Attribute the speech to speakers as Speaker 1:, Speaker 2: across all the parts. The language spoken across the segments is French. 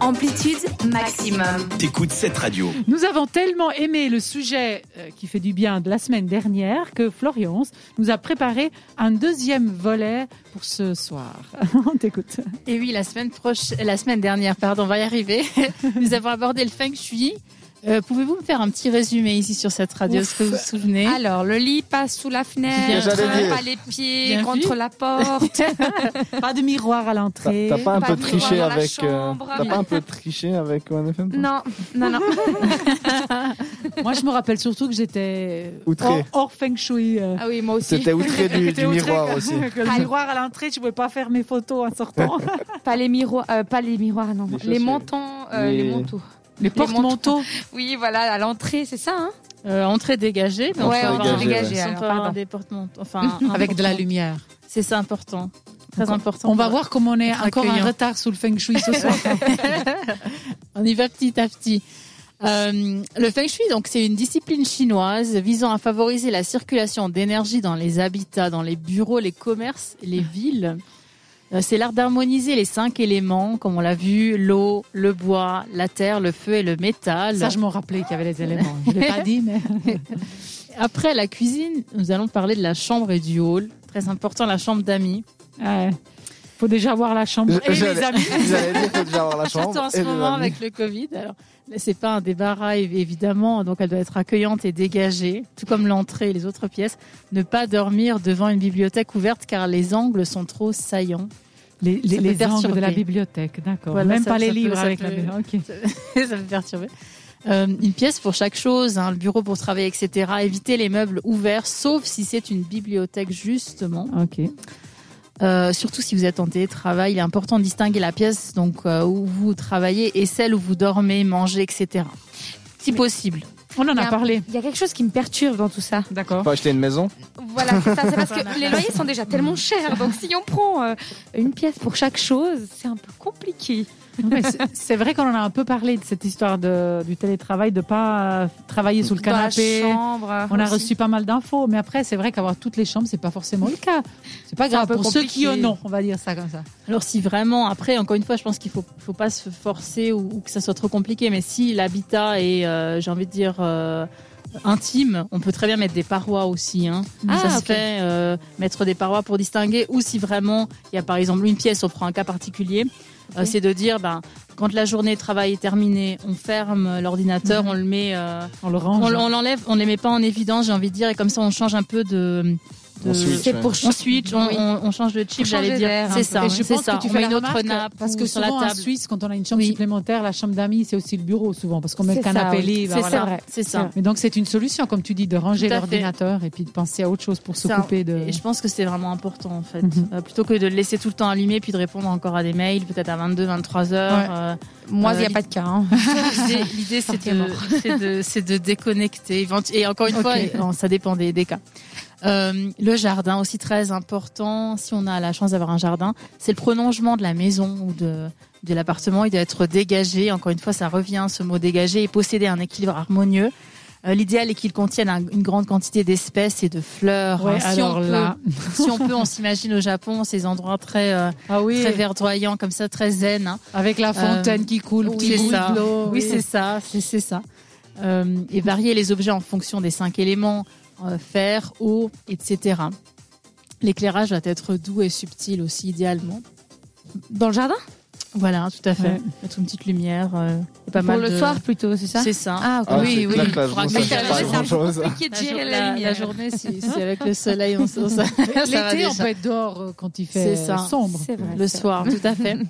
Speaker 1: Amplitude maximum.
Speaker 2: T'écoutes cette radio.
Speaker 3: Nous avons tellement aimé le sujet euh, qui fait du bien de la semaine dernière que Florian nous a préparé un deuxième volet pour ce soir. On t'écoute.
Speaker 4: Et oui, la semaine proche, la semaine dernière, pardon, on va y arriver. Nous avons abordé le feng shui. Euh, Pouvez-vous me faire un petit résumé ici sur cette radio,
Speaker 5: Ouf.
Speaker 4: ce que vous vous souvenez
Speaker 5: Alors, le lit passe sous la fenêtre, euh,
Speaker 6: Bien, j'allais
Speaker 5: pas les pieds,
Speaker 4: Bien
Speaker 5: contre
Speaker 4: vu.
Speaker 5: la porte.
Speaker 3: Pas de miroir à
Speaker 6: T'as
Speaker 3: l'entrée.
Speaker 6: t'as pas un
Speaker 5: pas
Speaker 6: peu
Speaker 5: de
Speaker 6: triché
Speaker 5: miroir dans la
Speaker 6: avec. euh,
Speaker 5: chambre.
Speaker 6: T'as pas un peu triché avec OneFM toi
Speaker 5: non, non, non.
Speaker 3: Moi, je me rappelle surtout que j'étais euh,
Speaker 6: Outré.
Speaker 3: hors, hors feng shui. euh,
Speaker 5: Ah oui, moi aussi.
Speaker 6: C'était outré du,
Speaker 3: J'étais
Speaker 6: du
Speaker 3: outrée
Speaker 6: miroir
Speaker 3: que-
Speaker 6: aussi.
Speaker 3: que le miroir à l'entrée, je pouvais pas faire mes photos en sortant.
Speaker 5: Pas les miroirs, euh, pas les miroirs, non.
Speaker 6: Les
Speaker 5: Les,
Speaker 6: chaussures.
Speaker 5: montants, euh, les...
Speaker 6: Les-
Speaker 5: manteaux.
Speaker 3: Les porte-manteaux.
Speaker 5: Oui, voilà, à l'entrée, c'est ça, hein
Speaker 4: Euh, Entrée dégagée. mais
Speaker 5: Ouais,
Speaker 4: enfin,
Speaker 6: on va
Speaker 4: voilà.
Speaker 6: dégager, ouais.
Speaker 4: Sans
Speaker 5: alors,
Speaker 4: avoir
Speaker 5: pardon.
Speaker 4: des porte-manteaux, Enfin, un
Speaker 3: Avec de la
Speaker 4: porte-manteau.
Speaker 3: lumière.
Speaker 4: C'est ça important. Très
Speaker 3: Donc,
Speaker 4: important.
Speaker 3: On va voir comment on est
Speaker 4: Être
Speaker 3: encore en
Speaker 4: accueillant.
Speaker 3: retard sous le feng shui ce soir.
Speaker 4: On y va petit à petit. Euh, le feng shui, donc, c'est une discipline chinoise visant à favoriser la circulation d'énergie dans les habitats, dans les bureaux, les commerces, et les
Speaker 3: Ah.
Speaker 4: villes. Euh, C'est l'art d'harmoniser les cinq éléments, comme on l'a vu, l'eau, le bois, la terre, le feu et le métal.
Speaker 3: Ça, je m'en rappelais qu'il y avait les éléments. Je l'ai pas dit, mais
Speaker 4: Après la cuisine, nous allons parler de la chambre et du hall. Très important, la chambre d'amis.
Speaker 3: ouais. faut déjà voir la chambre
Speaker 6: Je-
Speaker 3: et
Speaker 6: j'allais-
Speaker 3: les amis.
Speaker 6: J'allais dire, faut déjà avoir la
Speaker 4: Surtout
Speaker 6: chambre.
Speaker 4: en ce
Speaker 6: et les
Speaker 4: moment
Speaker 6: amis.
Speaker 4: avec le Covid. Alors, là, c'est pas un débarras, évi- évidemment. Donc, elle doit être accueillante et dégagée, tout comme l'entrée et les autres pièces. Ne pas dormir devant une bibliothèque ouverte car les angles sont trop saillants.
Speaker 3: Les, les,
Speaker 4: Ça peut
Speaker 3: les
Speaker 4: perturber.
Speaker 3: angles de la bibliothèque, d'accord.
Speaker 4: Voilà,
Speaker 3: Même
Speaker 4: ça-
Speaker 3: pas les
Speaker 4: ça peut-
Speaker 3: livres
Speaker 4: ça
Speaker 3: avec la
Speaker 4: peut-
Speaker 3: bibliothèque. Ok.
Speaker 4: Ça me perturbe. Euh, une pièce pour chaque chose, hein, le bureau pour travailler, etc. Éviter les meubles ouverts, sauf si c'est une bibliothèque, justement.
Speaker 3: Ok.
Speaker 4: Euh, surtout si vous êtes en télétravail, il est important de distinguer la pièce donc, euh, où vous travaillez et celle où vous dormez, mangez, etc. Si possible.
Speaker 3: On en
Speaker 5: Il y
Speaker 3: a
Speaker 5: a-
Speaker 3: parlé.
Speaker 5: Il y a quelque chose qui me perturbe dans tout ça.
Speaker 3: D'accord.
Speaker 6: Faut acheter une maison.
Speaker 5: Voilà, c'est ça. C'est parce que les loyers sont déjà tellement chers. Donc, si on prend euh, une pièce pour chaque chose, c'est un peu compliqué.
Speaker 3: C'est vrai qu'on en a un peu parlé de cette histoire de, du télétravail, de pas euh, travailler sous le
Speaker 5: Dans la
Speaker 3: canapé.
Speaker 5: chambre.
Speaker 3: On a
Speaker 5: aussi.
Speaker 3: reçu pas mal d'infos, mais après, c'est vrai qu'avoir toutes les chambres, c'est pas forcément le cas. C'est pas
Speaker 5: C'est
Speaker 3: grave
Speaker 5: un peu
Speaker 3: pour ceux qui en
Speaker 5: compliqué.
Speaker 3: ont, on va dire ça comme ça.
Speaker 4: Alors si vraiment, après, encore une fois, je pense qu'il faut, faut pas se forcer ou, ou que ça soit trop compliqué, mais si l'habitat est, euh, j'ai envie de dire, euh, intime, on peut très bien mettre des parois aussi. Hein.
Speaker 5: Ah,
Speaker 4: ça se
Speaker 5: ok.
Speaker 4: fait, euh, mettre des parois pour distinguer, ou si vraiment, il y a par exemple une pièce, on prend un cas particulier, euh, c'est de dire, ben, quand la journée de travail est terminée, on ferme l'ordinateur,
Speaker 5: Mhm.
Speaker 4: on le met... euh,
Speaker 3: On le
Speaker 4: on,
Speaker 3: range.
Speaker 4: on l'enlève, on les met pas en évidence, j'ai envie de dire, et comme ça on change un peu de. de-
Speaker 6: On switch,
Speaker 4: c'est
Speaker 6: ouais.
Speaker 4: pour on switch, on,
Speaker 5: Oui.
Speaker 4: on- on change de chip,
Speaker 5: Pour
Speaker 4: j'allais
Speaker 5: changer
Speaker 4: dire.
Speaker 5: d'air un
Speaker 4: C'est
Speaker 5: peu.
Speaker 4: ça,
Speaker 3: Et je
Speaker 4: c'est
Speaker 3: pense
Speaker 4: ça.
Speaker 3: que tu
Speaker 4: on
Speaker 3: fais
Speaker 4: met
Speaker 3: la
Speaker 4: une autre
Speaker 3: remarque,
Speaker 4: nappe
Speaker 3: Parce que
Speaker 4: ou sur la
Speaker 3: souvent en
Speaker 4: table.
Speaker 3: Suisse, quand on a une chambre
Speaker 4: Oui.
Speaker 3: supplémentaire, la chambre d'amis, c'est aussi le bureau souvent, parce qu'on met le
Speaker 5: C'est ça,
Speaker 3: canapé
Speaker 5: oui.
Speaker 3: libre.
Speaker 4: c'est
Speaker 3: voilà.
Speaker 4: ça, c'est ça.
Speaker 3: Mais donc c'est une solution, comme tu dis, de ranger
Speaker 4: Tout à fait.
Speaker 3: l'ordinateur et puis de penser à autre chose pour se
Speaker 4: C'est un-
Speaker 3: couper de.
Speaker 4: Et je pense que c'est vraiment important en fait.
Speaker 3: euh, Mhm.
Speaker 4: Euh, plutôt que de le laisser tout le temps allumé puis de répondre encore à des mails, peut-être à 22, 23 heures.
Speaker 3: Ouais.
Speaker 4: euh,
Speaker 5: Moi, il n'y
Speaker 4: Euh,
Speaker 5: a pas de cas. hein.
Speaker 4: L'idée- L'idée, c'est
Speaker 5: Fortement.
Speaker 4: de, c'est de, c'est de déconnecter. éventu- Et encore une
Speaker 3: Ok.
Speaker 4: fois, bon, ça dépend des, des cas. Euh, le jardin aussi très important. Si on a la chance d'avoir un jardin, c'est le prolongement de la maison ou de, de l'appartement. Il doit être dégagé. Encore une fois, ça revient ce mot dégagé et posséder un équilibre harmonieux. Euh, L'idéal est qu'il contienne un- une grande quantité d'espèces et de fleurs.
Speaker 3: Ouais,
Speaker 4: hein. si,
Speaker 3: alors
Speaker 4: on peut,
Speaker 3: là.
Speaker 4: si on peut, on s'imagine au Japon ces endroits très, euh,
Speaker 3: Ah oui,
Speaker 4: très verdoyants, comme ça, très zen. hein.
Speaker 3: avec la fontaine qui coule, le
Speaker 4: oui,
Speaker 3: petit
Speaker 4: c'est
Speaker 3: bruit
Speaker 4: ça.
Speaker 3: de l'eau.
Speaker 4: Oui, c'est ça, c'est c'est ça. Euh, et varier les objets en fonction des cinq éléments, euh, fer, eau, etc. L'éclairage doit être doux et subtil aussi, idéalement.
Speaker 5: Dans le jardin
Speaker 4: Voilà, tout à fait.
Speaker 3: Ouais.
Speaker 4: Mettre une petite lumière, euh, et pas
Speaker 5: Pour
Speaker 4: mal
Speaker 5: le
Speaker 4: de-
Speaker 5: soir plutôt, c'est ça
Speaker 4: C'est ça.
Speaker 5: Ah, ok.
Speaker 6: Ah,
Speaker 4: Oui,
Speaker 6: c'est
Speaker 4: oui.
Speaker 6: clair que la
Speaker 4: Faudra
Speaker 6: maison,
Speaker 4: que
Speaker 6: ça
Speaker 4: ça
Speaker 6: fait
Speaker 4: fasse
Speaker 6: pas
Speaker 4: un
Speaker 6: grand chose.
Speaker 5: Qui
Speaker 4: La, jour- la- la journée, si, si avec le soleil, on, on- ça, ça va
Speaker 3: L'été,
Speaker 4: déjà.
Speaker 3: on peut être dehors euh, quand il fait
Speaker 4: C'est ça.
Speaker 3: sombre.
Speaker 5: C'est vrai.
Speaker 4: le soir, tout à fait.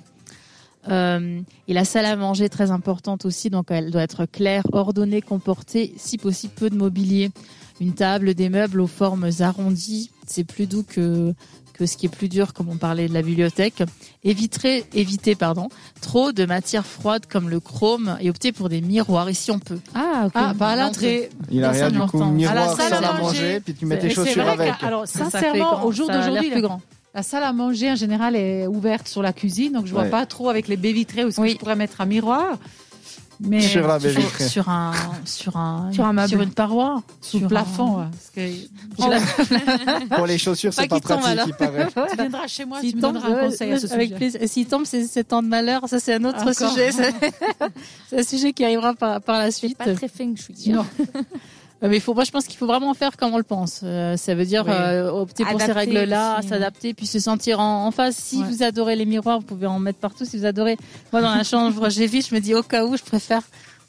Speaker 4: Euh, et la salle à manger très importante aussi, donc elle doit être claire, ordonnée, comportée, si possible peu de mobilier, une table, des meubles aux formes arrondies, c'est plus doux que que ce qui est plus dur, comme on parlait de la bibliothèque. Éviter, éviter pardon, trop de matières froides comme le chrome et opter pour des miroirs, ici on peut.
Speaker 5: Ah, ok.
Speaker 3: Ah, bah à
Speaker 4: Non,
Speaker 3: l'entrée.
Speaker 6: Il
Speaker 4: Ça,
Speaker 6: a rien
Speaker 4: c'est
Speaker 6: du coup.
Speaker 4: important.
Speaker 6: Miroir,
Speaker 3: À la
Speaker 6: salle à manger, puis tu mets tes
Speaker 3: Et c'est
Speaker 6: chaussures
Speaker 3: vrai
Speaker 6: avec.
Speaker 3: que- Alors,
Speaker 4: Ça, ça fait
Speaker 3: sincèrement,
Speaker 4: grand,
Speaker 3: au jour
Speaker 4: ça a l'air
Speaker 3: d'aujourd'hui,
Speaker 4: plus
Speaker 3: la-
Speaker 4: grand.
Speaker 3: la salle à manger en général est ouverte sur la cuisine, donc je vois
Speaker 6: Ouais.
Speaker 3: pas trop avec les baies vitrées où est-ce que
Speaker 5: Oui.
Speaker 3: je pourrais mettre un miroir. Mais
Speaker 6: Sur la baie
Speaker 4: Sur-
Speaker 6: vitrée.
Speaker 4: sur un sur un
Speaker 5: Sur un meuble.
Speaker 4: sur une paroi
Speaker 3: sous le
Speaker 4: sur
Speaker 3: plafond.
Speaker 4: un-
Speaker 3: ouais, parce que
Speaker 4: sur la-
Speaker 6: Pour les chaussures,
Speaker 4: Pas
Speaker 6: c'est pas
Speaker 4: qu'il tombe,
Speaker 6: pratique,
Speaker 4: alors.
Speaker 6: il paraît.
Speaker 4: Oh,
Speaker 3: tu viendras chez moi,
Speaker 4: S'il
Speaker 3: Ah, tu me
Speaker 4: tombe,
Speaker 3: donneras un
Speaker 4: ouais,
Speaker 3: conseil à ce
Speaker 4: avec
Speaker 3: sujet.
Speaker 4: plaisir. S'il tombe, c'est sept ans de malheur. Ça, c'est un autre
Speaker 3: Encore.
Speaker 4: sujet. C'est c'est un sujet qui arrivera par, par la
Speaker 5: C'est
Speaker 4: suite.
Speaker 5: pas très feng shui.
Speaker 3: Non.
Speaker 4: Euh, Mais faut, moi, je pense qu'il faut vraiment faire comme on le pense. Euh, ça veut dire
Speaker 3: Oui. hein.
Speaker 4: euh, opter pour ces
Speaker 5: Adapter
Speaker 4: règles-là,
Speaker 5: aussi,
Speaker 4: s'adapter, puis se sentir en, en face. Si
Speaker 3: Ouais.
Speaker 4: vous adorez les miroirs, vous pouvez en mettre partout. Si vous adorez, moi, dans la chambre, j'évite. Je me dis au cas où, je préfère.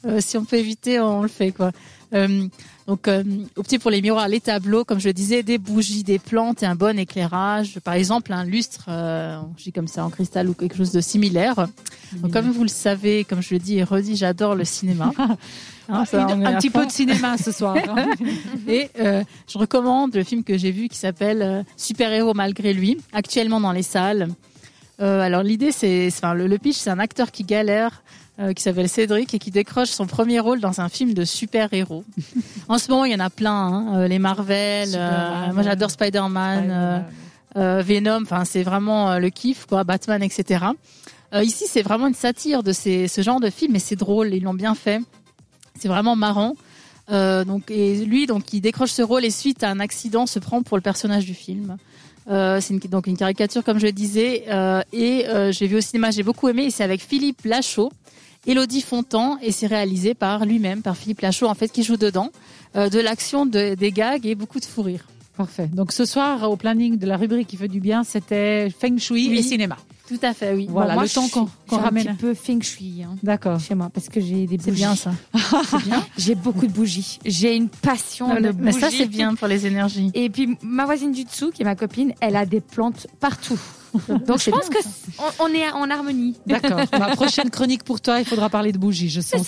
Speaker 4: euh, si on peut éviter, on le fait quoi. Euh, donc, euh, opter pour les miroirs, les tableaux, comme je le disais, des bougies, des plantes et un bon éclairage. Par exemple, un lustre, euh, je dis comme ça, en cristal ou quelque chose de similaire. Donc, comme vous le savez, comme je le dis et redis, j'adore le cinéma. Hein, ça, on
Speaker 3: un
Speaker 4: est à
Speaker 3: petit
Speaker 4: fond.
Speaker 3: peu de cinéma ce soir. hein.
Speaker 4: Et euh, je recommande le film que j'ai vu qui s'appelle euh, Super-héros malgré lui, actuellement dans les salles. Euh, alors l'idée, c'est, c'est- enfin, le, le pitch, c'est un acteur qui galère, euh, qui s'appelle Cédric et qui décroche son premier rôle dans un film de super-héros. en ce moment, il y en a plein, hein, euh, les Marvel.
Speaker 3: Superman.
Speaker 4: euh, moi, j'adore Spider-Man. euh, euh, Venom, enfin c'est vraiment euh, le kiff quoi, Batman, etc. Euh, ici c'est vraiment une satire de ces, ce genre de film et c'est drôle, ils l'ont bien fait, c'est vraiment marrant. Euh, donc et lui donc il décroche ce rôle et suite à un accident se prend pour le personnage du film. Euh, c'est une, donc une caricature comme je le disais euh, et euh, j'ai vu au cinéma, j'ai beaucoup aimé et c'est avec Philippe Lachaud. Élodie Fontan et c'est réalisé par lui-même, par Philippe Lachaud en fait qui joue dedans, Euh, de l'action, de- des gags et beaucoup de fou rire.
Speaker 3: Parfait. euh, Donc ce soir, au planning de la rubrique qui fait du bien, c'était Feng Shui
Speaker 4: Oui.
Speaker 3: et cinéma.
Speaker 4: Tout à fait, oui.
Speaker 3: Voilà,
Speaker 5: moi,
Speaker 3: le
Speaker 5: je
Speaker 3: temps qu'on
Speaker 5: suis-
Speaker 3: qu'on
Speaker 5: j'ai
Speaker 3: ramène.
Speaker 5: un petit peu feng shui hein,
Speaker 3: D'accord.
Speaker 5: chez moi parce que j'ai des
Speaker 4: C'est
Speaker 5: bougies.
Speaker 4: bien ça.
Speaker 5: J'ai beaucoup de bougies. J'ai une passion de bougies.
Speaker 4: Ah. mais ça, c'est bien pour les énergies.
Speaker 5: Et puis ma voisine du dessous, qui est ma copine, elle a des plantes partout. Donc je pense que c'est- on, on est en harmonie.
Speaker 3: D'accord. Ma prochaine chronique pour toi, il faudra parler de bougies, je
Speaker 5: C'est
Speaker 3: sens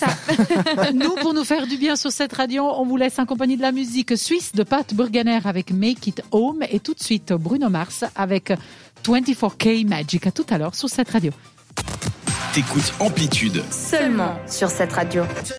Speaker 5: ça.
Speaker 3: Nous, pour nous faire du bien sur cette radio, on vous laisse en compagnie de la musique suisse de Pat Burgener avec Make It Home et tout de suite Bruno Mars avec 24K Magic. À tout à l'heure sur cette radio.
Speaker 2: T'écoutes Amplitude.
Speaker 1: Seulement sur cette radio.